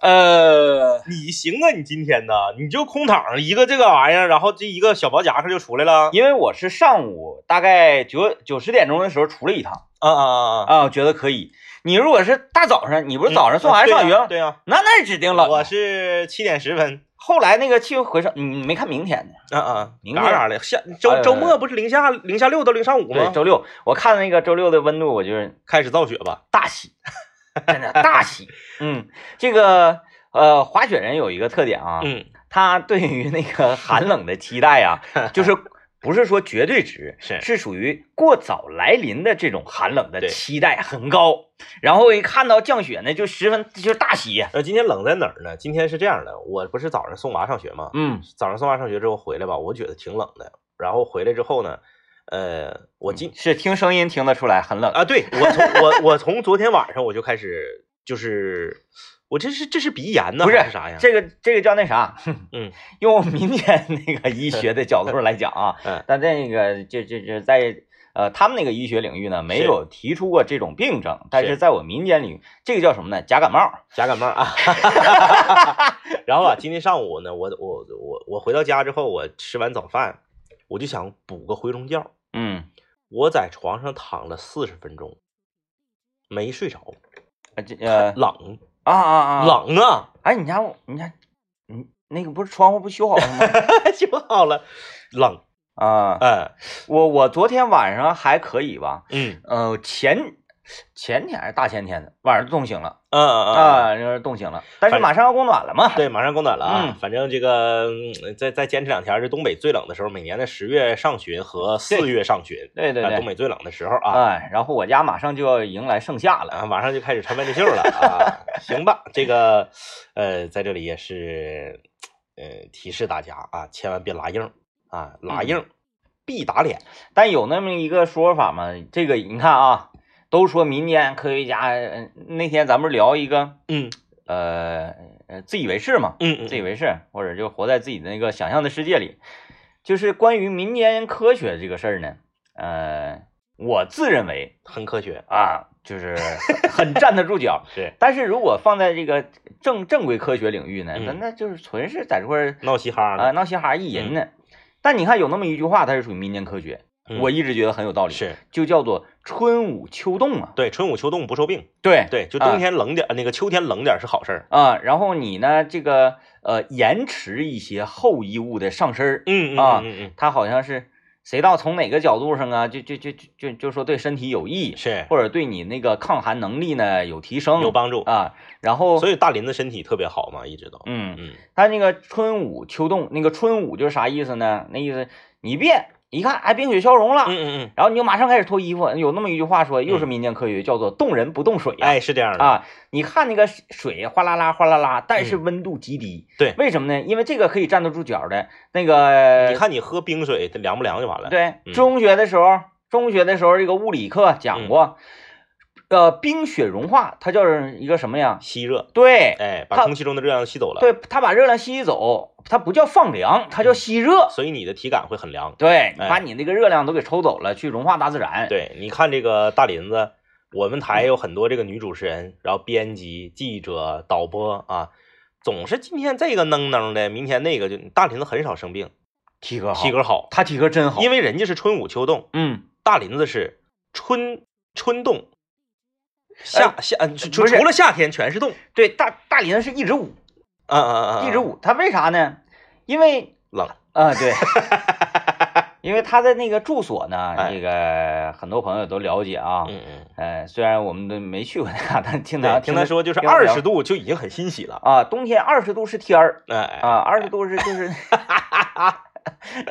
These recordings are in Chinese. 呃，你行啊，你今天呢，你就空躺着一个这个玩意儿，然后这一个小薄夹克就出来了。因为我是上午大概九九十点钟的时候出了一趟啊啊啊啊！啊，我觉得可以。你如果是大早上，你不是早上送孩子上学吗，嗯啊对呀、那那指定啊，冷。我是七点十分。后来那个气温回升，你你没看明天呢？啊啊，明嘎天嘎的。下哎周哎周末不是零下零下六到零上五对，吗？周六我看那个周六的温度，我就是开始造雪吧。大喜，真 的大喜。嗯，这个呃，滑雪人有一个特点啊，嗯，他对于那个寒冷的期待啊， 就是不是说绝对值，是是属于过早来临的这种寒冷的哎对期待很高。然后一看到降雪呢，就十分就是大喜。呃，今天冷在哪儿呢？今天是这样的，我不是早上送娃上学吗？嗯早上送娃上学之后回来吧，我觉得挺冷的。然后回来之后呢，呃，我今是听声音听得出来很冷。啊，对我从我我从昨天晚上我就开始，就是我这是这是鼻炎呢，不是还是啥呀？这个这个叫那啥，嗯，，用我民间那个医学的角度来讲啊嗯但这个这这这在呃他们那个医学领域呢，没有提出过这种病症，但是在我民间领域，这个叫什么呢？假感冒。假感 冒啊。然后啊，今天上午呢，我我我我回到家之后，我吃完早饭，我就想补个回笼觉。嗯，我在床上躺了四十分钟，没睡着，呃这呃冷啊啊啊，。冷啊， 哎，你家我你家你那个不是窗户不修好了吗？ 就好了，冷，啊，哎，我我昨天晚上还可以吧，嗯呃前前天还是大前天的晚上冻醒了嗯嗯嗯。啊，就是冻醒了，但是反马上要供暖了 嘛。对，马上供暖了啊！嗯反正这个嗯再再坚持两天，这东北最冷的时候，每年的十月上旬和四对月上旬，对对啊对东。北最冷的时候啊，哎，然后我家马上就要迎来盛夏了。啊，马上就开始穿半截袖了啊。行吧，这个呃，在这里也是呃提示大家啊，千万别拉硬啊，拉硬嗯必打脸。但有那么一个说法嘛，这个你看啊，都说民间科学家，呃那天咱们聊一个，嗯呃，呃自以为是嘛，嗯自以为是，或者就活在自己的那个想象的世界里，就是关于民间科学这个事儿呢，呃，我自认为很科学，啊，就是很很站得住脚。 是但是如果放在这个正正规科学领域呢，那嗯那就是纯是在这块儿闹嘻哈啊，呢。闹嘻哈意淫呢。但你看有那么一句话，它是属于民间科学，嗯我一直觉得很有道理，是就叫做春捂秋冻啊。对春捂秋冻不受病，对对，就啊冬天冷点儿，那个秋天冷点儿是好事儿。啊，然后你呢，这个呃延迟一些厚衣物的上身儿，嗯嗯啊嗯嗯它好像是谁到从哪个角度上啊，就就就就就就说对身体有益嗯，，是或者对你那个抗寒能力呢有提升，有帮助。啊。然后所以大林的身体特别好嘛，一直都。嗯，嗯它那个春捂秋冻，那个春捂就是啥意思呢？那意思你别一看，哎，冰雪消融了，嗯嗯嗯，然后你就马上开始脱衣服。有那么一句话说，又是民间科学，叫做“冻人不冻水”呀。哎，是这样的，啊，你看那个水哗啦啦哗啦啦，但是温度极低。嗯对为什么呢？因为这个可以站得住脚的。那个，你，看你喝冰水，它凉不凉就完了。嗯哎嗯对，中学的时候，中学的时候这个物理课讲过，呃，冰雪融化，它叫一个什么呀？吸热，对，哎，把它空气中的热量吸走了，对，它把热量吸走，它不叫放凉，它叫吸热。所以你的体感会很凉。对，你嗯哎把你那个热量都给抽走了，去融化大自然。对，你看这个大林子，我们台有很多这个女主持人，然后编辑、记者、导播啊，总是今天这个能能的，明天那个就大林子很少生病，体格好，体格好，他体格真好，因为为人家是春捂秋冻，嗯。大林子是春春冻，夏夏呃就就不是除了夏天全是冻，对，大大林是一直捂，啊啊啊，一直捂。他为啥呢？因为冷，啊、 对，因为他的那个住所呢，哎这个很多朋友都了解啊。嗯嗯，呃，虽然我们都没去过那，但听他对，听他说就是听他二聊十度就已经很欣喜了，啊，冬天二十度是天儿哎啊，二十度是 就是，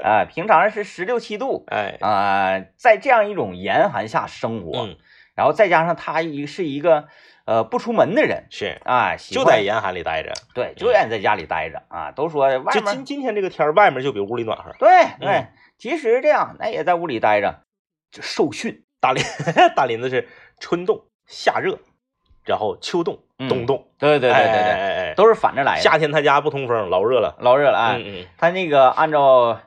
啊，平常是十六七度哎，啊，在这样一种严寒下生活，嗯然后再加上他一是一个呃不出门的人是，啊，喜就欢在严寒里待着，对，就愿意在家里待着啊。都说外就面今今天这个天儿，外面就比屋里暖和。对嗯对，其实这样，那也在屋里待着，就受训。大林 大林子是春冻、夏热，然后秋冻、嗯冬冻。对对对对哎对，哎哎哎都是反着来的。夏天他家不通风，老热了。老热了啊，嗯嗯，他那个按照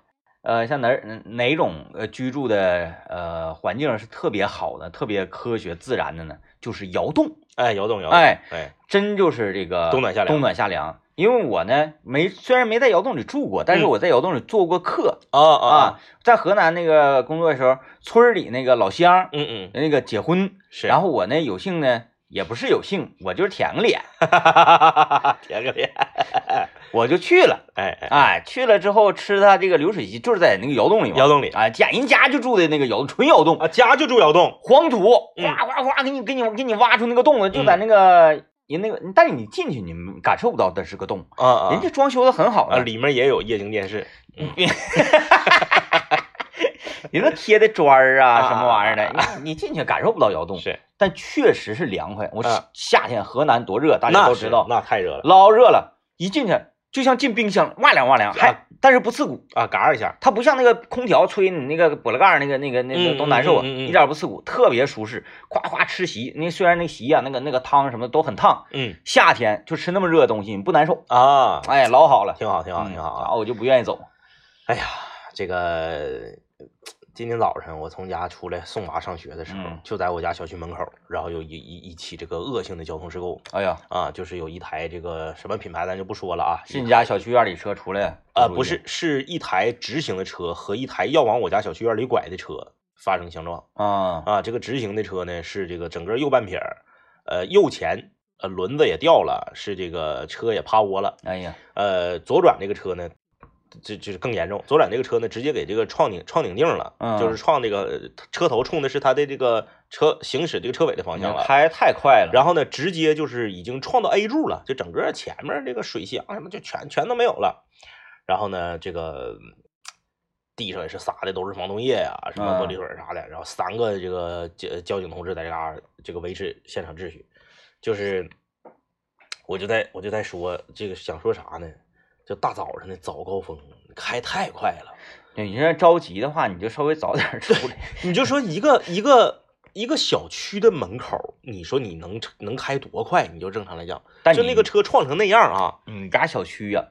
呃，像哪儿哪种呃居住的呃环境是特别好的、特别科学自然的呢？就是窑洞。哎，有懂有懂，哎哎，真就是这个冬暖夏凉冬暖夏凉。因为我呢没虽然没在窑洞里住过，但是嗯我在窑洞里做过客、啊啊啊，啊。在河南那个工作的时候，村儿里那个老乡嗯嗯，那个结婚，是，然后我呢有幸呢也不是有幸，我就是舔个脸，后舔个脸，我就去了。哎 哎，哎，去了之后吃他这个流水席，就是在那个窑洞里嘛。窑洞里啊，家人家就住的那个窑洞，纯窑洞，啊，家就住窑洞，黄土，嗯哗哗哗，给你给你给你挖出那个洞了，就在那个人那个，但是你进去你感受不到它是个洞，啊啊，人家装修的很好啊，呢，里面也有液晶电视，人家贴的砖儿啊啊什么玩意儿啊的，你你进去感受不到窑洞，是，但确实是凉快。我啊夏天河南多热，大家那都是知道，那太热了老热了，一进去就像进冰箱了，哇凉哇凉，还但是不刺骨。啊，嘎一下，它不像那个空调吹你那个脖子盖儿那个那个那嗯个都难受啊，嗯嗯嗯嗯一点儿不刺骨，特别舒适。夸夸吃席，那虽然那席啊，那个那个汤什么的都很烫，嗯夏天就吃那么热的东西，你不难受。啊，哎，老好了，挺好挺好嗯挺好然啊，后我就不愿意走。哎呀，这个。今天早上我从家出来送娃上学的时候，嗯就在我家小区门口，然后有一一一起这个恶性的交通事故哎呀，啊，就是有一台这个什么品牌咱就不说了啊，是你家小区院里车出来？啊，不是，是一台直行的车和一台要往我家小区院里拐的车发生相撞啊啊。这个直行的车呢是这个整个右半撇儿，呃，右前呃轮子也掉了，是这个车也趴窝了。哎呀，呃，左转这个车呢，这就是更严重，左转这个车呢直接给这个撞顶撞顶腚了，就是嗯撞这个呃车头冲的是他的这个车行驶这个车尾的方你向了。开太快了。然后呢，直接就是已经撞到 A 柱了，就整个前面这个水箱什么就全全都没有了。然后呢，这个嗯地上也是撒的都是防冻液呀、什么玻璃水啥的。然后三个这个交交警同志在这嘎、这个维持现场秩序，就是我就在我就在说这个想说啥呢？就大早上的早高峰开太快了，对你这着急的话，你就稍微早点出来。你就说一个一个。一个小区的门口，你说你能能开多快？你就正常来讲，但就你那个车撞成那样啊，你家小区呀、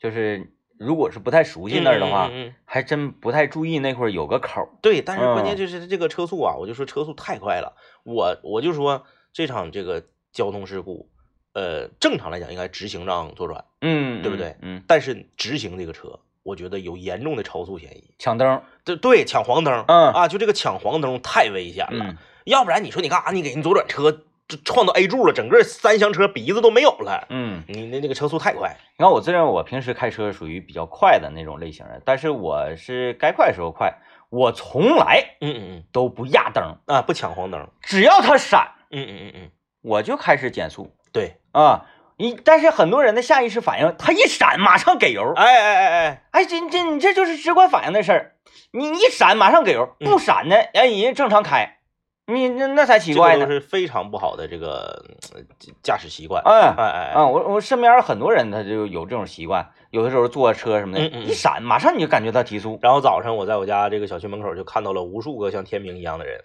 就是如果是不太熟悉那儿的话，嗯嗯嗯嗯还真不太注意那块儿有个口儿。对，但是嗯关键就是这个车速啊，我就说车速太快了，我我就说这场这个交通事故，呃，正常来讲应该直行让左转，嗯，对不对嗯，但是直行这个车，我觉得有严重的超速嫌疑，抢灯儿，对对，抢黄灯，嗯啊，就这个抢黄灯太危险了，嗯，要不然你说你干啥？你给人左转车就撞到 A 柱了，整个三厢车鼻子都没有了，嗯，你那那个车速太快，你看我自认为我平时开车属于比较快的那种类型的，啊但是我是该快的时候快，我从来嗯嗯都不压灯，嗯，啊，不抢黄灯，只要它闪，嗯嗯嗯嗯，我就开始减速对，啊。你但是很多人的下意识反应，他一闪马上给油，哎哎哎哎，哎，这这你这就是直观反应的事儿。你一闪马上给油，嗯不闪呢，哎，人家正常开，你那那才奇这怪个都呢。是非常不好的这个呃驾驶习惯。嗯哎哎哎，啊，我我身边很多人他就有这种习惯，有的时候坐车什么的，嗯嗯嗯一闪马上你就感觉他提速，然后早上我在我家这个小区门口就看到了无数个像天明一样的人，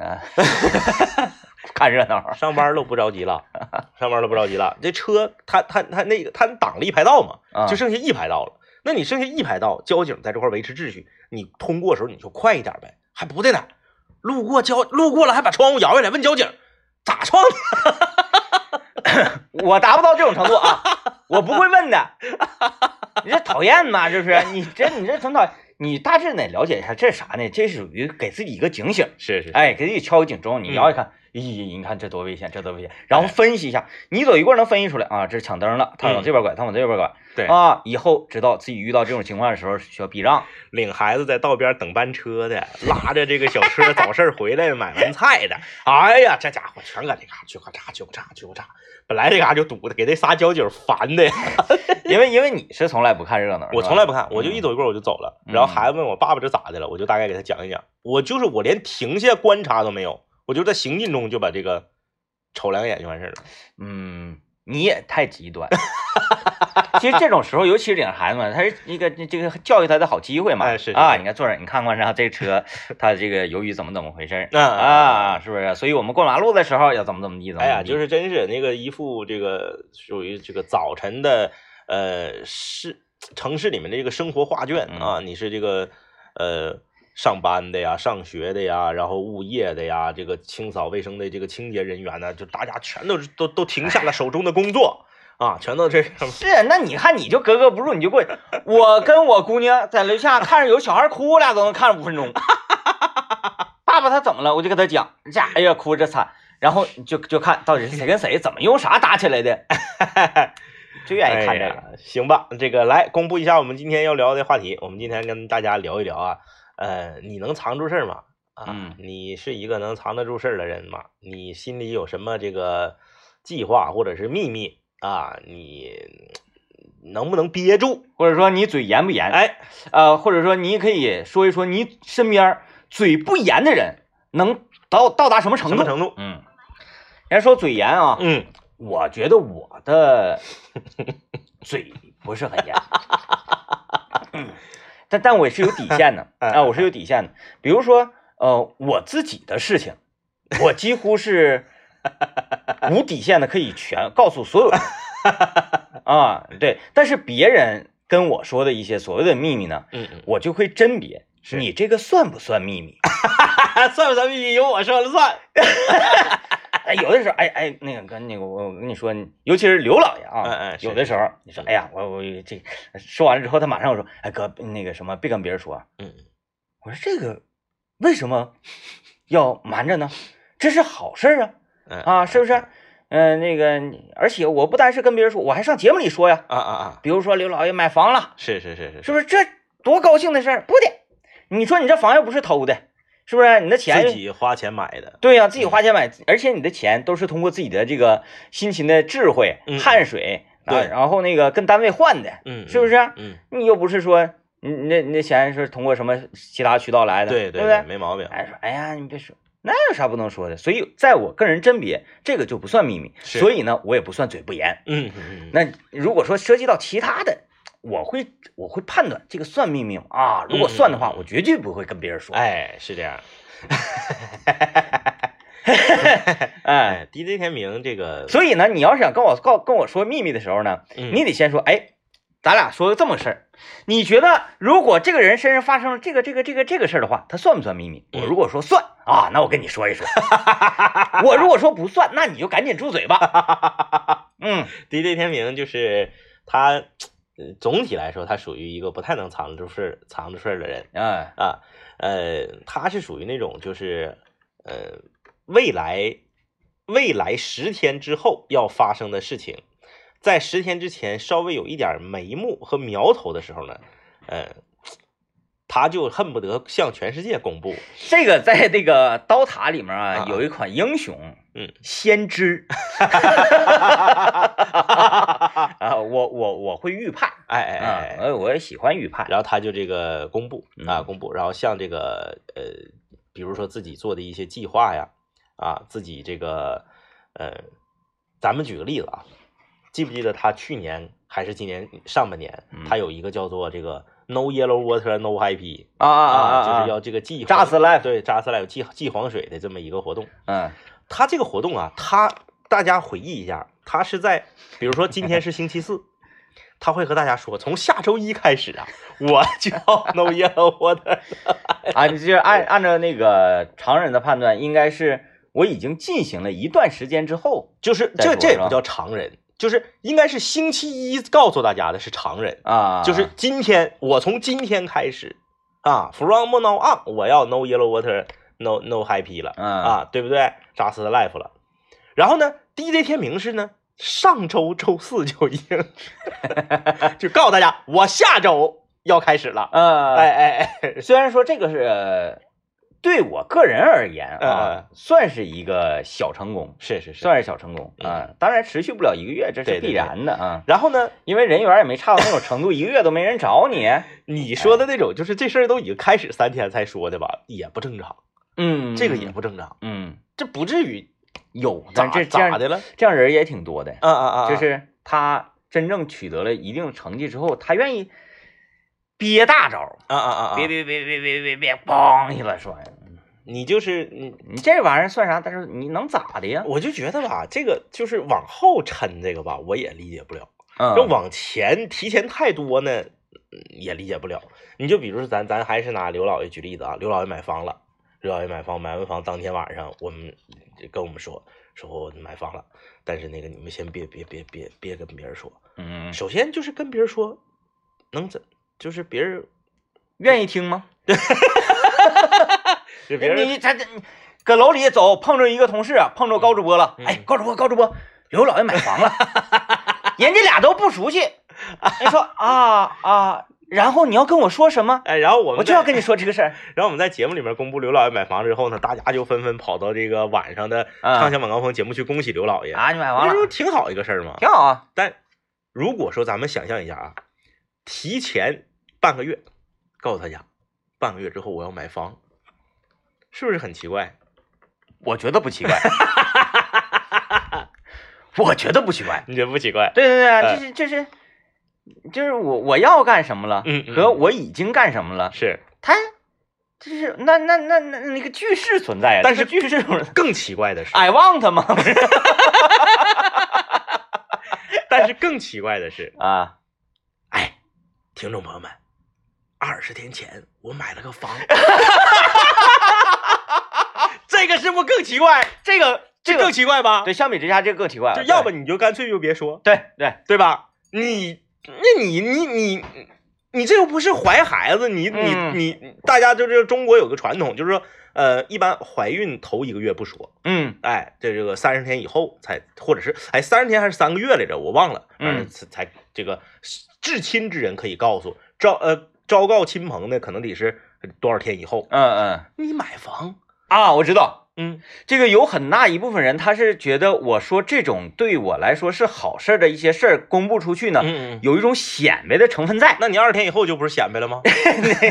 嗯啊， 看热闹。啊上班都不着 急了，上班都不着急了。这车他他他那个他挡了一排道嘛，啊就剩下一排道了。那你剩下一排道，交警在这块维持秩序，你通过的时候你就快一点呗，还不对呢。路过交路过了还把窗户摇下来问交警咋撞的？我达不到这种程度啊，我不会问的。你这讨厌呐，这是你这你这很讨厌。你大致得了解一下，这是啥呢？这是属于给自己一个警醒，是是，哎，给自己敲个警钟。嗯你摇一看，咦、你看这多危险，这多危险。然哎后分析一下，你走一过能分析出来啊，这是抢灯了，他往这边拐，他往这边拐。嗯对啊，以后知道自己遇到这种情况的时候需要避让。领孩子在道边等班车的，拉着这个小车早市回来买完菜的，哎呀，这家伙全搁这嘎去咔嚓去咔嚓去咔嚓，本来这嘎就堵的，给那仨交警烦的。因为因为你是从嗯来不看热闹，我从来不看，我就一走。走一过我就走了。然后孩子问我爸爸这咋的了，我就大概给他讲一讲。我就是我连停下观察都没有，我就在行进中就把这个瞅两眼就完事儿了。嗯，你也太极端。 其实这种时候，尤其是领孩子们，他是一个这个教育他的好机会嘛。哎是是啊，是你看坐着，你看观察这车，它这个由于怎么怎么回事 儿那、啊，是不是？所以我们过马路的时候要怎么怎么地，怎么哎怎呀，么地。就，是真是那个一副这个属于这个早晨的呃市城市里面的这个生活画卷啊，你是这个呃上班的呀、上学的呀，然后物业的呀，这个清扫卫生的这个清洁人员呢，就大家全都是都都停下了手中的工作啊，全都这什么是，那你看你就格格不入，你就过去。我跟我姑娘在楼下看着有小孩哭，我俩都能看五分钟。爸爸他怎么了？我就跟他讲，这哎呀哭这惨，然后你就就看到底是谁跟谁怎么用啥打起来的，就愿意看这哎个。呀行吧，这个来公布一下我们今天要聊的话题。我们今天跟大家聊一聊啊，呃，你能藏住事儿吗？啊，嗯你是一个能藏得住事儿的人吗？你心里有什么这个计划或者是秘密啊？你嗯能不能憋住？或者说你嘴严不严？哎，呃，或者说你可以说一说你身边儿嘴不严的人能到到达什么程什度？么程度？嗯，人家说嘴严啊，嗯，我觉得我的嘴不是很严， 嗯但但我是有底线的哎啊，我是有底线的。比如说，呃，我自己的事情，我几乎是无底线的，可以全告诉所有人啊，对。但是别人跟我说的一些所谓的秘密呢，嗯 嗯，我就会甄别，是你这个算不算秘密？算不算秘密？由我说了算。哎，有的时候，哎哎，那个跟那个，我我跟你说，尤其是刘老爷啊，哎哎是有的时候你说，哎呀，我我这说完了之后，他马上我说，哎哥，那个什么，别跟别人说啊。嗯，我说这个为什么要瞒着呢？这是好事儿啊，嗯啊，是不是？嗯、那个，而且我不单是跟别人说，我还上节目里说呀，啊啊啊！比如说刘老爷买房了，是是是是是不是？这多高兴的事儿，不的，你说你这房又不是偷的，是不是？你的钱自己花钱买的。对呀、自己花钱买，而且你的钱都是通过自己的这个辛勤的智慧、嗯汗水，对啊然后那个跟单位换的，嗯，是不是？嗯，你又不是说你你那你那钱是通过什么其他渠道来的，对对对，不对？没毛病。哎说，哎呀，你别说，那有啥不能说的？所以，在我个人甄别，这个就不算秘密，是所以呢，我也不算嘴不严。嗯嗯嗯那如果说涉及到其他的，我会我会判断这个算秘密吗啊？如果算的话，我绝对不会跟别人说。嗯哎，是这样。哎，哎，DJ 天明这个，所以呢，你要是想跟我告跟我说秘密的时候呢，嗯你得先说，哎，咱俩说个这么个事儿，你觉得如果这个人身上发生了这个这个这个这个事儿的话，他算不算秘密？嗯我如果说算啊，那我跟你说 一说；我如果说不算，那你就赶紧住嘴吧。 嗯， DJ 天明就是他，呃总体来说他属于一个不太能藏得住事儿、藏得住事儿的人哎，啊。呃，他是属于那种就是呃，未来未来十天之后要发生的事情，在十天之前稍微有一点眉目和苗头的时候呢，呃，他就恨不得向全世界公布。这个在那个刀塔里面啊啊，有一款英雄，嗯，先 知啊，我我我会预判哎哎哎啊哎，，我我也喜欢预判，然后他就这个公布啊，嗯公布，然后像这个呃，比如说自己做的一些计划呀，啊，自己这个呃，咱们举个例子啊，记不记得他去年还是今年上半年，嗯他有一个叫做这个 No Yellow Water No Happy 啊啊就是要这个记扎死死 life，对扎死来记记黄水的这么一个活动。嗯他这个活动啊，他大家回忆一下，他是在比如说今天是星期四， 他会和大家说，从下周一开始啊，我就要 no yellow water。 啊，你就是按按照那个常人的判断，应该是我已经进行了一段时间之后就是再这说这也是不吧叫常人，就是应该是星期一告诉大家的是常人，啊，就是今天我从今天开始啊，from now on 我要 no yellow water no no happy 了。嗯啊，对不对？扎斯的 life 了。然后呢，DJ 天明是呢，上周周四就 已经就告诉大家，我下周要开始了。呃，哎哎哎，虽然说这个是呃对我个人而言啊，嗯算是一个小成功，是是是。算是小成功啊，当然持续不了一个月，这嗯对是对必然的啊，然后呢，因为人缘也没差到那种程度，一个月都没人找 你，你说哎的那种，就是这事儿都已经开始三天才说的吧，也不正常，嗯，这个也不正常，嗯这不至于有，咋但这这咋样的了？这样人也挺多的，啊啊啊！就啊是他真正取得了一定成绩之后，他愿意憋大招，啊啊啊啊！嗯别别别别别别别，梆一下说，你就是你，你这玩意儿算啥？但是你能咋的呀？我就觉得吧，这个就是往后抻这个吧，我也理解不了。嗯这往前提前太多呢，嗯也理解不了。你就比如说咱咱还是拿刘老爷举例子啊，刘老爷买房了，刘老爷买房，买完房当天晚上，我们跟我们说说我买房了，但是那个你们先别别别别别跟别人说，嗯，首先就是跟别人说，能怎就是别人愿意听吗？就别人你咱这搁楼里走，碰着一个同事啊，碰着高主播了，嗯哎，高主播，高主播，刘老爷买房了，人家俩都不熟悉，你说啊啊，然后你要跟我说什么？哎，然后我们我就在要跟你说这个事儿，然后我们在节目里面公布刘老爷买房之后呢，大家就纷纷跑到这个晚上的《啊畅想晚高峰》节目去恭喜刘老爷，啊，你买这完不了，是挺好一个事儿吗？挺好啊，但如果说咱们想象一下啊，提前半个月告诉他家，半个月之后我要买房，是不是很奇怪？我觉得不 奇怪，我觉得不奇怪， 你觉得不奇怪？对对对啊，哎这是这是就是我我要干什么了嗯，嗯和我已经干什么了，是，他就是那那那那那个句式存在啊，但是这个句式存在更奇怪的是， I want 吗？ 但是更奇怪的是，啊，哎，听众朋友们，二十天前我买了个 房，这个是不是更奇怪？这个这这啊个更奇怪吧？对，相比之下这个更奇怪了，就要不对你就干脆就别说，对对，对吧？你那你你你你这又不是怀孩子，你你嗯你，大家就是中国有个传统，就是说，呃，一般怀孕头一个月不说，嗯哎，这这个三十天以后才，或者是哎三十天还是三个月来着，我忘了，嗯反正才才这个至亲之人可以告诉昭呃昭告亲朋的，可能得是多少天以后，嗯嗯你买房，啊，我知道嗯这个有很大一部分人他是觉得我说这种对我来说是好事儿的一些事儿公布出去呢，嗯嗯。有一种显摆的成分在。那你二十天以后就不是显摆了吗？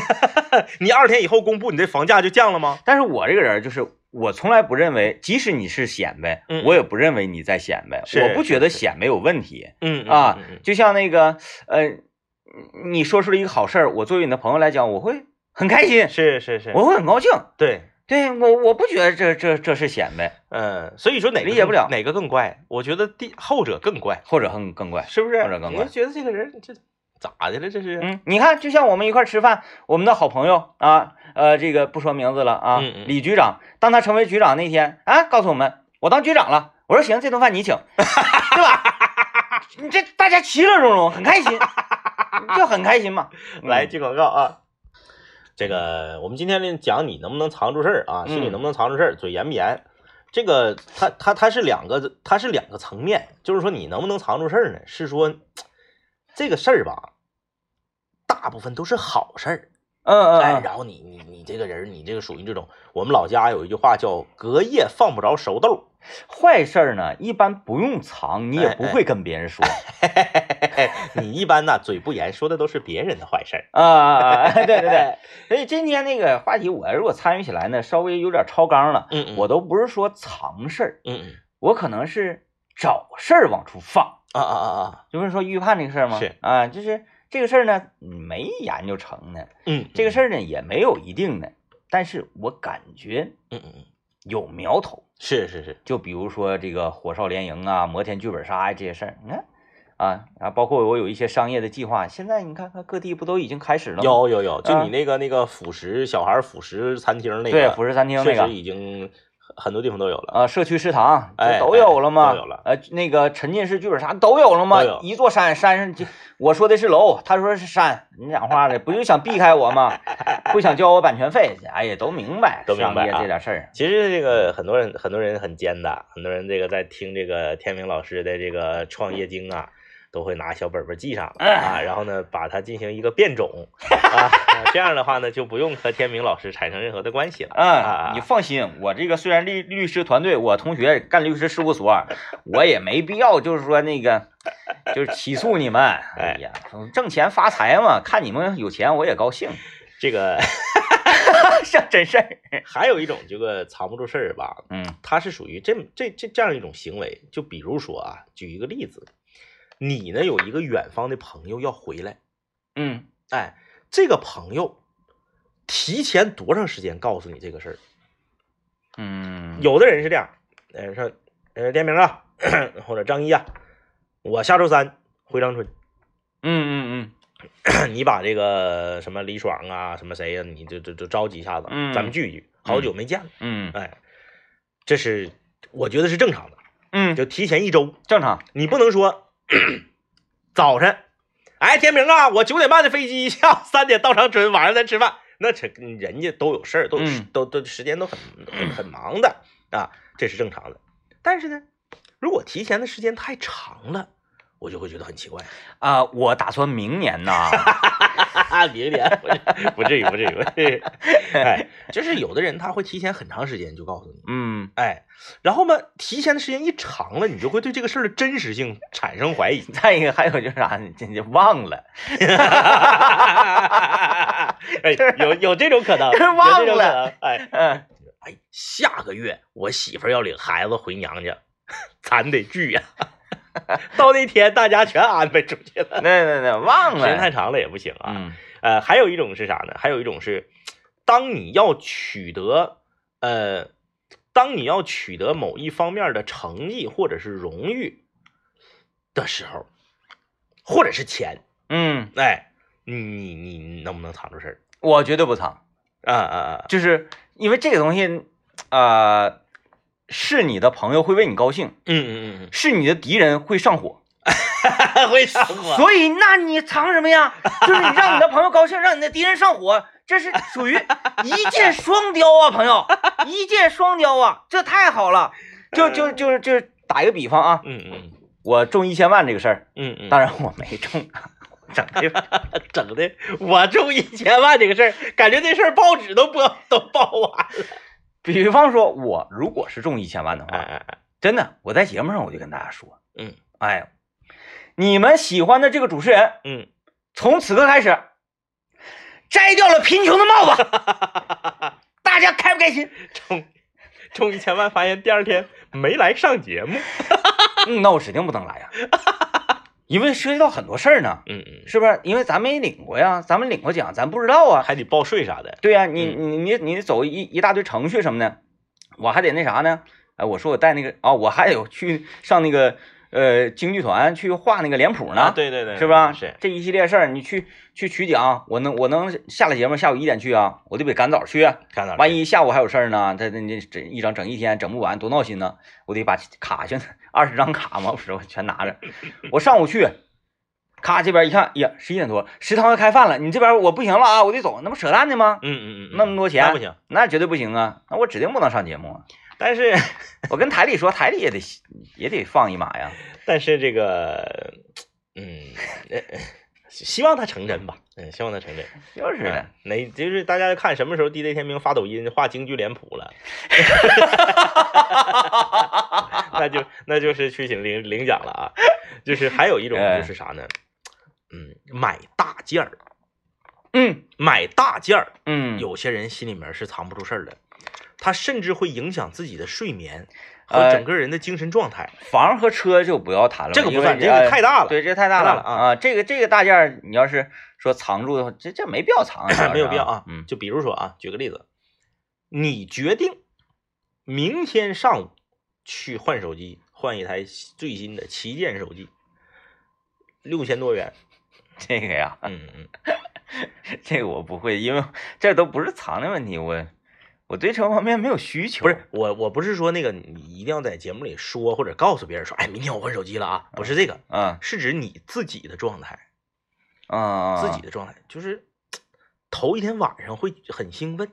你二十天以后公布，你这房价就降了吗？但是我这个人就是，我从来不认为，即使你是显摆，嗯我也不认为你在显摆，是我不觉得是显摆有问题嗯啊嗯嗯。就像那个，呃，你说出了一个好事儿，我作为你的朋友来讲，我会很开心嗯，是是是，我会很高兴。对，对我，我不觉得这这这是显摆，嗯，所以说哪个理解不了更哪个更怪？我觉得第后者更怪，或者很更怪。是不是？后者更怪我觉得这个人这咋的了？这是，嗯，你看，就像我们一块儿吃饭，我们的好朋友啊，呃，这个不说名字了啊，嗯嗯李局长，当他成为局长那天啊，告诉我们，我当局长了。我说行，这顿饭 你请，对吧？ 你这大家其乐融融，很开心， 就很开心嘛。嗯 来接广告啊。这个我们今天讲你能不能藏住事儿啊，嗯心里能不能藏住事儿，嘴严不严？这个它它它是两个它是两个层面，就是说你能不能藏住事儿呢？是说这个事儿吧，大部分都是好事儿，嗯哎，嗯嗯，然后你你你这个人，你这个属于这种，我们老家有一句话叫“隔夜放不着熟豆坏事儿呢，一般不用藏，你也哎不会跟别人 说。”，你一般呐嘴不严，说的都是别人的坏事儿。啊啊啊！对对哎对，所以今天那个话题，我如果参与起来呢，稍微有点超纲了。嗯我都不是说藏事儿，嗯嗯我可能是找事儿往出放。啊啊啊啊，就不是说预判这个事儿吗？是啊，就是这个事儿呢，没研究成呢，嗯，这个是事儿呢也没有一定的，但是我感觉嗯嗯嗯，有苗头。是是是，就比如说这个火烧连营啊、摩天剧本杀呀、这些事儿，你看啊啊，包括我有一些商业的计划，现在你看看各地不都已经开始了吗？有有有，就啊你那个那个辅食小孩儿辅食餐厅那个，对辅食餐厅那确个实已经很很多地方都有了。啊，社区食堂哎这都有了吗？哎都有了呃，那个沉浸式剧本杀都有了吗都有？一座山，山上就我说的是楼，他说是山，你讲话的不就想避开我吗？不想交我版权费？哎呀，都明白，都明白商啊业这点事儿。其实这个很多人很多人很尖的，很多人这个在听这个天明老师的这个创业经啊，都会拿小本本记上了哎啊，然后呢把它进行一个 变种啊，这样的话呢就不用和天明老师产生任何的关系了啊嗯，你。放心，我这个虽然律律师团队，我同学干律师事务所，我也没必要就是说那个，就是起诉你们。哎呀，挣钱发财嘛，看你们有钱我也高 兴，这个是啊真事儿。还有一种这个藏不住事儿吧，嗯它是属于这这这这样一种行为。就比如说啊，举一个例子，你呢有一个远方的朋友要回来，嗯，哎，这个朋友提前多长时间告诉你这个事儿？嗯，有的人是这样，呃，说，呃，天明啊， 或者张一啊，我下周三回长春， 嗯嗯嗯，你把这个什么李爽啊，什么谁呀、你就就就召集一下子，嗯咱们聚一聚，好久没见了，嗯哎，这是我觉得是正常的，嗯，就提前一周，正常。你不能说早晨，哎，天明啊，我九点半的飞机，下午三点到长春，晚上咱吃饭。那这人家都有事儿，都有时、嗯都都时间都很很很忙的啊，这是正常的。但是呢，如果提前的时间太长了，我就会觉得很奇怪。啊、我打算明年呐， 哈哈，别别，不至于，不至于，不至于。哎，就是有的人他会提前很长时间就告诉你，嗯，哎，然后嘛，提前的时间一长了，你就会对这个事儿的真实性产生怀疑。再一个还有就是啥，你这就忘了， 哎，有有这种可能，有这种 忘可了能。哎嗯，哎，下个月我媳妇儿要领孩子回娘家， 咱得聚呀、 到那天大家全安排出去了，那那那忘时间了，太长了也不行哎啊。嗯呃，还有一种是啥呢？还有一种是，当你要取得呃，当你要取得某一方面的成绩或者是荣誉的时候，或者是钱，嗯，哎，你你你能不能藏住事儿？我绝对不藏，啊啊啊！就是因为这个东西，呃，是你的朋友会为你高兴，嗯嗯是你的敌人会上火，嗯，会上火。所以那你藏什么呀？就是你让你的朋友高兴，让你的敌人上火，这是属于一箭双雕啊，朋友，一箭双雕啊，这太好了。就就就是就是打一个比方啊，嗯嗯我中一千万这个事儿，嗯嗯，当 然我没中，啊整的整的我中一千万这个事儿，感觉这事儿报纸都播都报完了。比方说，我如果是中一千万的哎话，哎哎，真的，我在节目上我就跟大家说，嗯，哎，你们喜欢的这个主持人，嗯，从此刻开始，摘掉了贫穷的帽子，大家开不开心？中中一千万，发现第二天没来上节目。嗯，那我指定不能来 呀、因为涉及到很多事儿呢，嗯嗯，是不是？因为咱没领过呀，咱们领过奖，咱不知道啊。还得报税啥的。对呀、你你嗯你你走一一大堆程序什么的，我还得那啥呢？哎，我说我带那个啊、我还有去上那个呃京剧团去画那个脸谱呢，啊，对对对，是吧？是，这一系列事儿，你去去取奖，我能我能下了节目下午一点去啊，我就得赶早去啊，看到了。万一下午还有事儿呢，他那那这一整整一天整不完，多闹心呢！我得把卡全二十张卡嘛，不是我全拿着。我上午去，咔这边一看，哎呀，十一点多，食堂要开饭了，你这边我不行了啊，我得走，那不扯淡呢吗？嗯嗯嗯，那么多钱那不行。那绝对不行啊，那我指定不能上节 目啊！但是我跟台里说，台里也得也得放一马呀。但是这个，嗯，呃希望他成真吧。嗯，希望他成真。就是的，哪就是大家看什么时候 DJ 天明发抖音画京剧脸谱了，那就那就是去领领领奖了啊！就是还有一种哎就是啥呢？嗯，买大件儿，嗯买大件儿，嗯，有些人心里面是藏不住事儿的，他甚至会影响自己的睡眠和呃整个人的精神状态。房和车就不要谈了，这个因不为算，这个太大了，对，这太大太大了了啊啊！这个这个大件儿，你要是说藏住的话，这这没必要藏啊，主要是 没有必要啊。嗯 就比如说啊，举个例子，你决定明天上午去换手机，换一台最新的旗舰手机，六千多元。这个呀， 嗯嗯，这个我不会，因为这都不是藏的问题，我我对这方面没有需求。不是，我，我不是说那个你一定要在节目里说或者告诉别人说，哎，明天我换手机了啊，不是这个，嗯是指你自己的状态，嗯，自己的状态就是。头一天晚上会很兴奋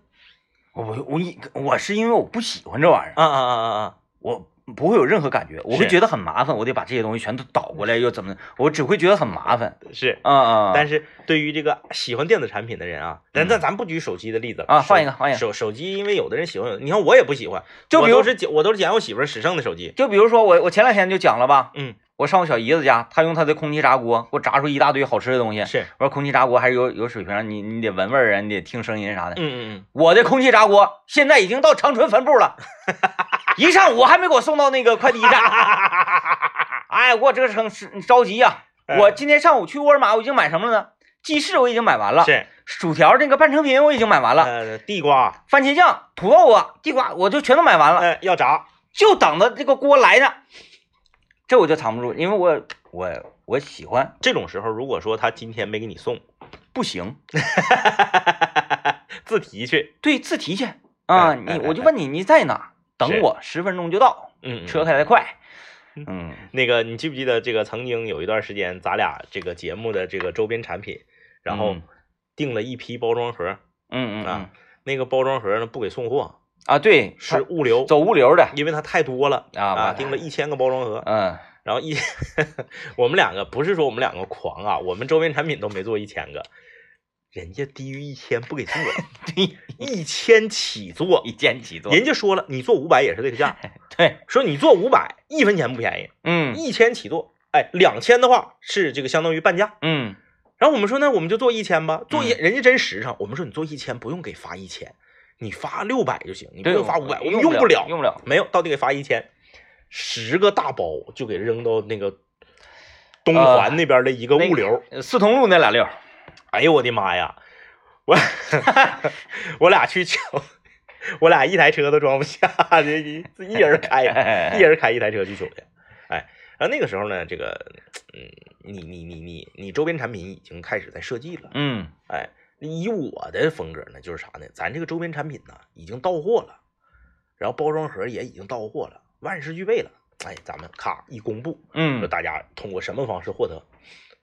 我我我一我是因为我不喜欢这玩意儿，啊啊啊啊啊！我不会有任何感觉，我会是觉得很麻烦，我得把这些东西全都倒过来又怎么，我只会觉得很麻烦。是，啊啊，但是是对于这个喜欢电子产品的人啊，咱咱咱不举手机的例子了啊手换一个换一个手手机，因为有的人喜欢，你看我也不喜欢，啊就我比如都是捡我都是捡我媳妇儿使剩的手机，就比如说我我前两天就讲了吧，嗯，我上我小姨子家，她用她的空气炸锅给我炸出一大堆好吃的东西。是，我说空气炸锅还是有有水平，你你得闻味儿啊，你得听声音啥的。嗯嗯我的空气炸锅现在已经到长春分部 了，一上午还没给我送到那个快递站。哎，我这个成是着急呀、哎我今天上午去沃尔玛，我已经买什么了呢？鸡翅我已经买完嗯，了，是，薯条那个半成品我已经买完了，呃，地瓜，番茄酱、土豆啊、地瓜我就全都买完了，呃，要炸，就等着这个锅来呢。这我就藏不住，因为我我我喜欢，这种时候，如果说他今天没给你送， 不行，自提去，对，自提去啊！哎哎你哎我就问你你在哪？等是我十分钟就到，嗯，嗯车开得快，嗯，那个，你记不记得这个曾经有一段时间，咱俩这个节目的这个周边产品，然后嗯订了一批包装盒，嗯嗯嗯啊那个包装盒呢不给送货，啊，对，是他物流，走物流的因为它太多了啊啊，完订了一千个包装盒， 嗯，然后一，我们两个不是说我们两个狂啊，我们周边产品都没做一千个，人家低于一千不 给做，对，一千起做一，肩起做，人家说了，你做五百也是这个价，对，说你做五百一分钱不便宜，嗯一千起做，哎，两千的话是这个相当于半价。嗯，然后我们说那我们就做一千吧，做一人家真实诚，我们说你做一千不用给发一千，你发六百就行，你不对，用发我五百，我用们用不了，用不了，没有到底给发一千，十个大包就给扔到那个东呃环那边的一个那物个流，呃四通路那俩溜儿，哎呦我的妈呀， 我我俩去抢，我俩一台车都装不下，这一一人开一人开一台车去取去。哎，然后那个时候呢，这个，嗯，你你你你你周边产品已经开始在设计了。嗯哎，以我的风格呢，就是啥呢？咱这个周边产品呢已经到货了，然后包装盒也已经到货了，万事俱备了。哎，咱们咔一公布，说嗯，大家通过什么方式获得。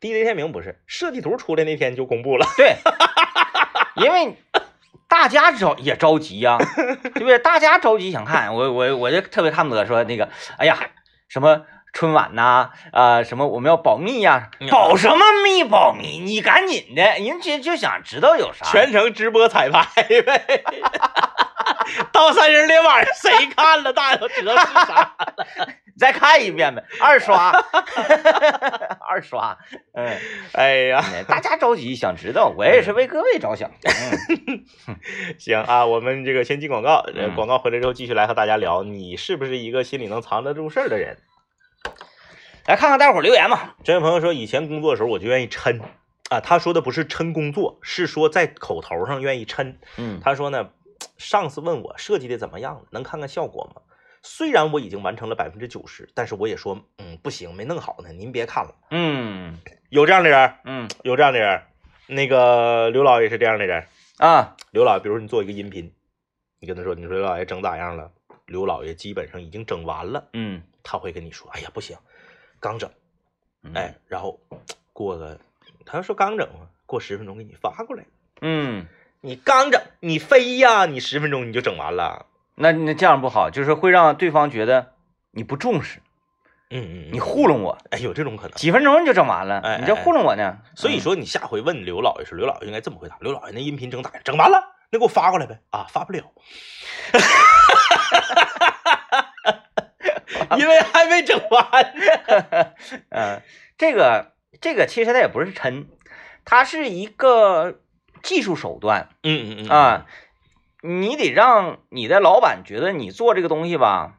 DJ 天明不是设计图出来那天就公布了， 对，因为大家着也着急呀、对不对？大家着急想看，我我我就特别看不得说那个，哎呀，什么春晚呐、呃，什么我们要保密呀、嗯保什么密保密？你赶紧的，人家就想知道有啥。 全程直播彩排呗。 到三十那晚上谁看了，大家都知道是啥。再看一遍呗，二刷， 二刷，嗯， 哎呀，大家着急想知道，我也是为各位着想，嗯，行啊，我们这个先进广告，呃嗯广告回来之后继续来和大家聊，你是不是一个心里能藏得住事儿的人？来看看大伙儿留言吧，这位朋友说，以前工作的时候我就愿意抻啊，他说的不是抻工作，是说在口头上愿意抻。嗯他说呢，上司问我设计的怎么样了，能看看效果吗？虽然我已经完成了百分之九十，但是我也说，嗯，不行，没弄好呢，您别看了。嗯有这样的人儿，嗯有这样的人儿，那个刘老也是这样的人儿。啊，刘老爷，比如你做一个音频，你跟他说，你说刘老爷整咋样了？刘老爷基本上已经整完了，嗯，他会跟你说，哎呀，不行，刚整。嗯哎，，然后过个，他说刚整啊，过十分钟给你发过来。嗯，你刚整，你飞呀，你十分钟你就整完了。那那这样不好，就是会让对方觉得你不重视，嗯嗯，你糊弄我，哎有这种可能。几分钟你就整完了，哎你这糊弄我呢，嗯 所以说你下回问刘老爷时，刘老爷应该这么回答：刘老爷那音频整咋样？整完了，那给我发过来呗。啊，发不了， 因为还没整完。呃，这个这个其实它也不是抻，它是一个技术手段嗯嗯嗯啊，你得让你的老板觉得你做这个东西吧，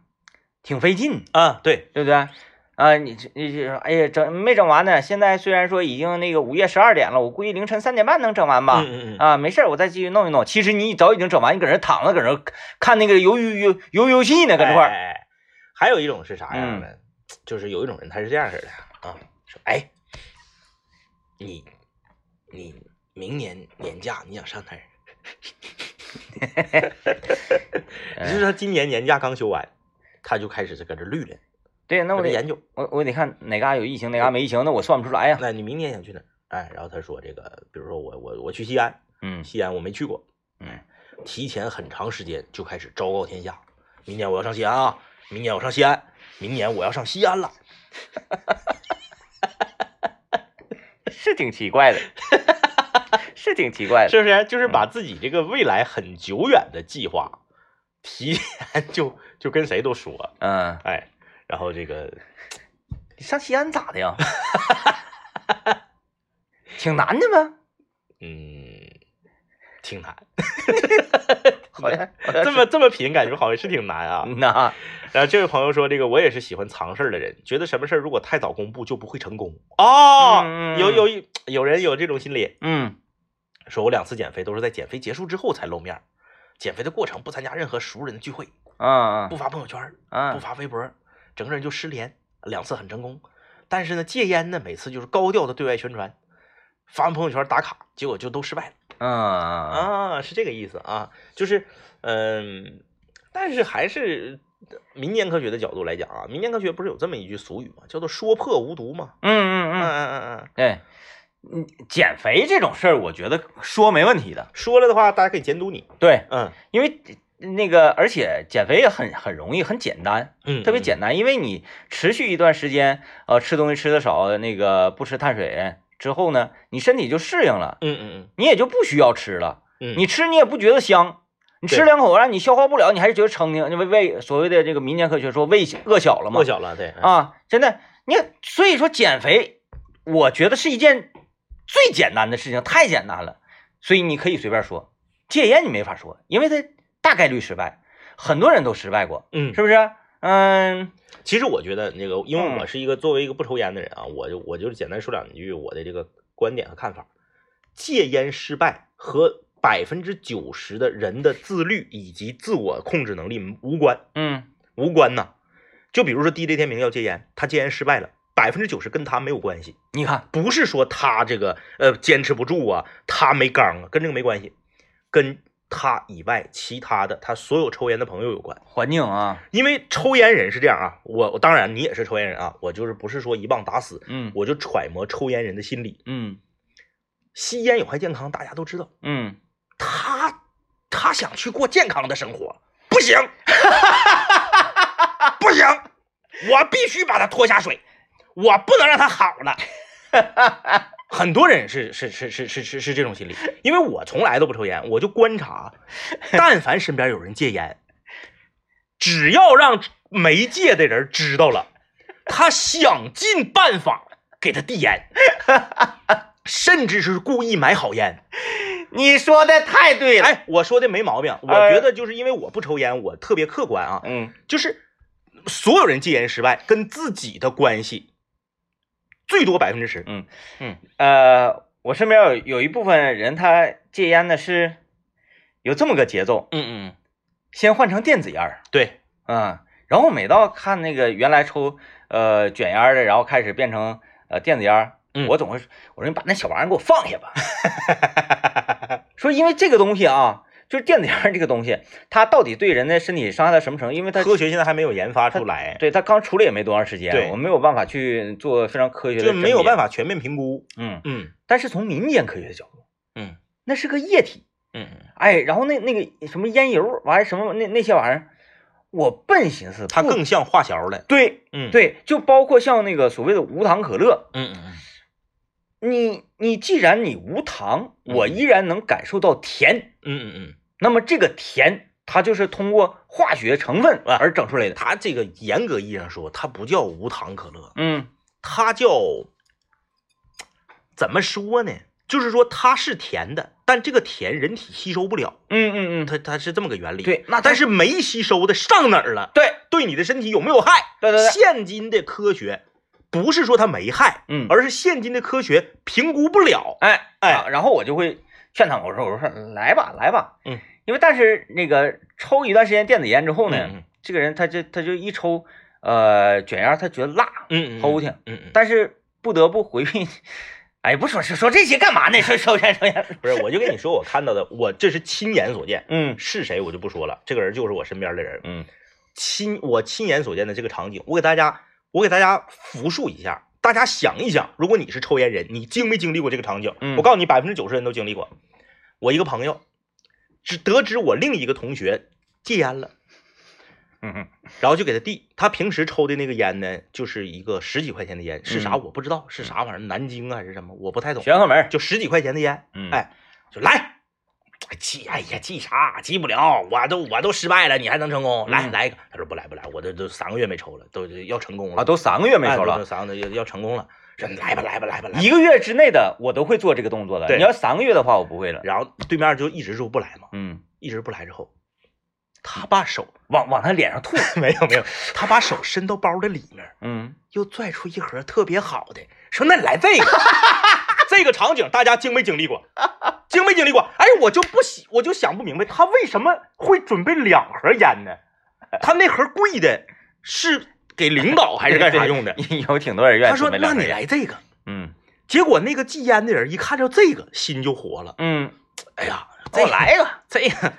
挺费劲，啊，对，对不对？啊、你这你这，哎呀，整没整完呢？现在虽然说已经那个午夜十二点了，我估计凌晨三点半能整完吧。嗯嗯嗯，啊，没事儿，我再继续弄一弄。其实你早已经整完，你搁那儿躺着，搁那儿看那个游游游游游戏呢， 搁这块儿。嗯哎。哎哎还有一种是啥样的？就是有一种人他是这样式的啊，说哎，你你明年年假你想上哪儿？ 你就说今年年假刚休完，他就开始搁这绿了，对，那搁我得这研究。我我得看哪嘎有疫情，哪嘎没疫情，那我算不出来呀。那你明年想去哪儿？哎，然后他说这个，比如说我我我去西安，嗯西安我没去过，嗯，提前很长时间就开始昭告天下，明年我要上西安啊，明年我上西安，明年我要上西安了。是挺奇怪 的，是挺奇怪的。是不是？就是把自己这个未来很久远的计划，提前就就跟谁都说，嗯，哎，然后这个你上西安咋的 呀？挺难的吗？嗯，挺难，好像好像这么这么品，感觉好像是挺难啊。嗯呐，然后这位朋友说，这个我也是喜欢藏事儿的人，觉得什么事儿如果太早公布就不会成功哦。嗯有有一有人有这种心理，嗯。说我两次减肥都是在减肥结束之后才露面儿，减肥的过程不参加任何熟人的聚会，啊不发朋友圈儿，啊不发微博，整个人就失联，两次很成功。但是呢，戒烟呢，每次就是高调的对外宣传，发完朋友圈打卡，结果就都失败了嗯啊，是这个意思啊，就是嗯，但是还是民间科学的角度来讲啊，民间科学不是有这么一句俗语嘛，叫做“说破无毒”嘛，嗯嗯嗯，嗯嗯嗯嗯，对，嗯，减肥这种事儿，我觉得说没问题的。说了的话，大家可以监督你，对，嗯因为那个，而且减肥也很很容易，很简单，嗯，特别嗯，简单，因为你持续一段时间，呃，吃东西吃的少，那个不吃碳水之后呢，你身体就适应了，嗯嗯嗯你也就不需要吃了。嗯，你吃你也不觉得香，你吃对两口让你消化不了，你还是觉得撑挺，为胃所谓的这个民间科学说胃饿小了嘛过，小了，对，嗯啊，真的，你看所以说减肥，我觉得是一件最简单的事情，太简单了，所以你可以随便说，戒烟你没法说，因为它大概率失败，很多人都失败过，嗯，是不是？嗯其实我觉得那个，因为嗯我是一个作为一个不抽烟的人啊，我就我就是简单说两句我的这个观点和看法。戒烟失败和百分之九十的人的自律以及自我控制能力无关，嗯无关呐。就比如说 DJ 天明要戒烟，他戒烟失败了，百分之九十跟他没有关系，你看，不是说他这个呃坚持不住啊，他没刚啊，跟这个没关系，跟他以外其他的他所有抽烟的朋友有关。环境啊，因为抽烟人是这样啊，我我当然你也是抽烟人啊，我就是不是说一棒打死，嗯我就揣摩抽烟人的心理。嗯吸烟有害健康，大家都知道，嗯，他他想去过健康的生活，不行，不行，我必须把他拖下水，我不能让他好了。很多人是是是是是是是这种心理，因为我从来都不抽烟，我就观察，但凡身边有人戒烟，只要让没戒的人知道了，他想尽办法给他递烟，甚至是故意买好烟。你说的太对了，哎，我说的没毛病，我哎觉得就是因为我不抽烟，我特别客观啊，嗯就是所有人戒烟失败跟自己的关系最多百分之十。嗯嗯呃，我身边有有一部分人他戒烟呢是有这么个节奏，嗯嗯，先换成电子烟儿。对，嗯，然后每到看那个原来抽呃卷烟儿的，然后开始变成呃电子烟儿，嗯我总会说我说你把那小玩意儿给我放下吧， 说因为这个东西啊，就是电子烟儿这个东西，它到底对人的身体伤害到什么程度？因为它科学现在还没有研发出来，对它刚出来也没多长时间，对我没有办法去做非常科学的，就没有办法，法全面评估。嗯，嗯但是从民间科学的角度，嗯那是个液体，嗯，哎，然后那那个什么烟油完什么那那些玩意儿，我笨寻思它不更像化学了。对。嗯，对，就包括像那个所谓的无糖可乐，嗯嗯你你既然你无糖，嗯我依然能感受到甜，嗯嗯嗯，那么这个甜它就是通过化学成分啊而整出来的。它这个严格意义上说，它不叫无糖可乐，嗯它叫怎么说呢？就是说它是甜的，但这个甜人体吸收不了，嗯嗯嗯，它它是这么个原理。对那它但是没吸收的上哪儿了？对对你的身体有没有害？对对对，现今的科学不是说它没害，嗯，而是现今的科学评估不了。哎哎啊然后我就会劝他们，我说我说来吧来吧，嗯，因为但是那个抽一段时间电子烟之后呢，嗯嗯这个人他就他就一抽呃卷烟儿，他觉得辣，嗯齁挺，嗯嗯，但是不得不回避。哎，不说说说这些干嘛呢？说抽烟抽烟，不是，我就跟你说，我看到的，我这是亲眼所见， 嗯是谁我就不说了，这个人就是我身边的人，嗯亲我亲眼所见的这个场景，我给大家我给大家复述一下，大家想一想，如果你是抽烟人，你经没经历过这个场景？嗯我告诉你，百分之九十人都经历过。我一个朋友，只得知我另一个同学戒烟了，嗯然后就给他递。他平时抽的那个烟呢，就是一个十几块钱的烟，是啥嗯我不知道，是啥玩意儿，南京啊还是什么，我不太懂嗯，。玄鹤门儿，就十几块钱的烟，嗯哎，就来。记，哎呀，记啥？记不了，我都我都失败了，你还能成功？来嗯来一个。他说不来不来，我这都三个月没抽了，都要成功了啊，。都三个月没哎抽都了，三个月要成功了。说来吧来吧来吧来吧。一个月之内的我都会做这个动作的。对你要三个月的话，我不会了。然后对面就一直说不来嘛，嗯，一直不来之后，他把手往往他脸 上吐。没有没有，他把手伸到包的里面，嗯，？又拽出一盒特别好的，说那你来这个。这个场景大家经没经历过？经没经历过？哎，我就不喜，我就想不明白 他为什么会准备两盒烟呢？他那盒贵的是给领导还是干啥用的 有挺多人愿意他说：“没那两个你人来这个。嗯”结果那个戒烟的人一看到这个，心就活了。嗯，哎呀，给这我个来一个这个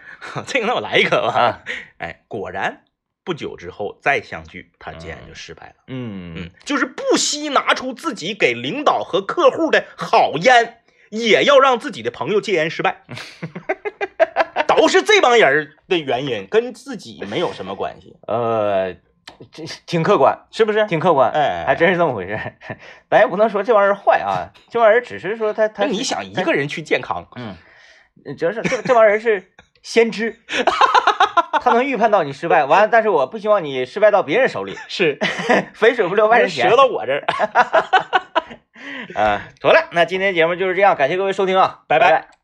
这个，那我来一个吧。啊，哎，果然不久之后再相聚，他戒烟就失败了。嗯嗯，就是不惜拿出自己给领导和客户的好烟，也要让自己的朋友戒烟 失败，都是这帮人的原因，跟自己没有什么关系，呃，这挺客观，是不是？挺客观，哎还真是这么回事儿。 咱也不能说这玩意儿坏啊，这玩意儿只是说他他那你想一个人去健康，嗯，主要是这这玩意儿是先 知，他能预判到你失败。完了，但是我不希望你失败到别人 手里，是肥水不流外人田折。到我这儿。啊，妥了，那今天节目就是这样，感谢各位收听啊，拜拜拜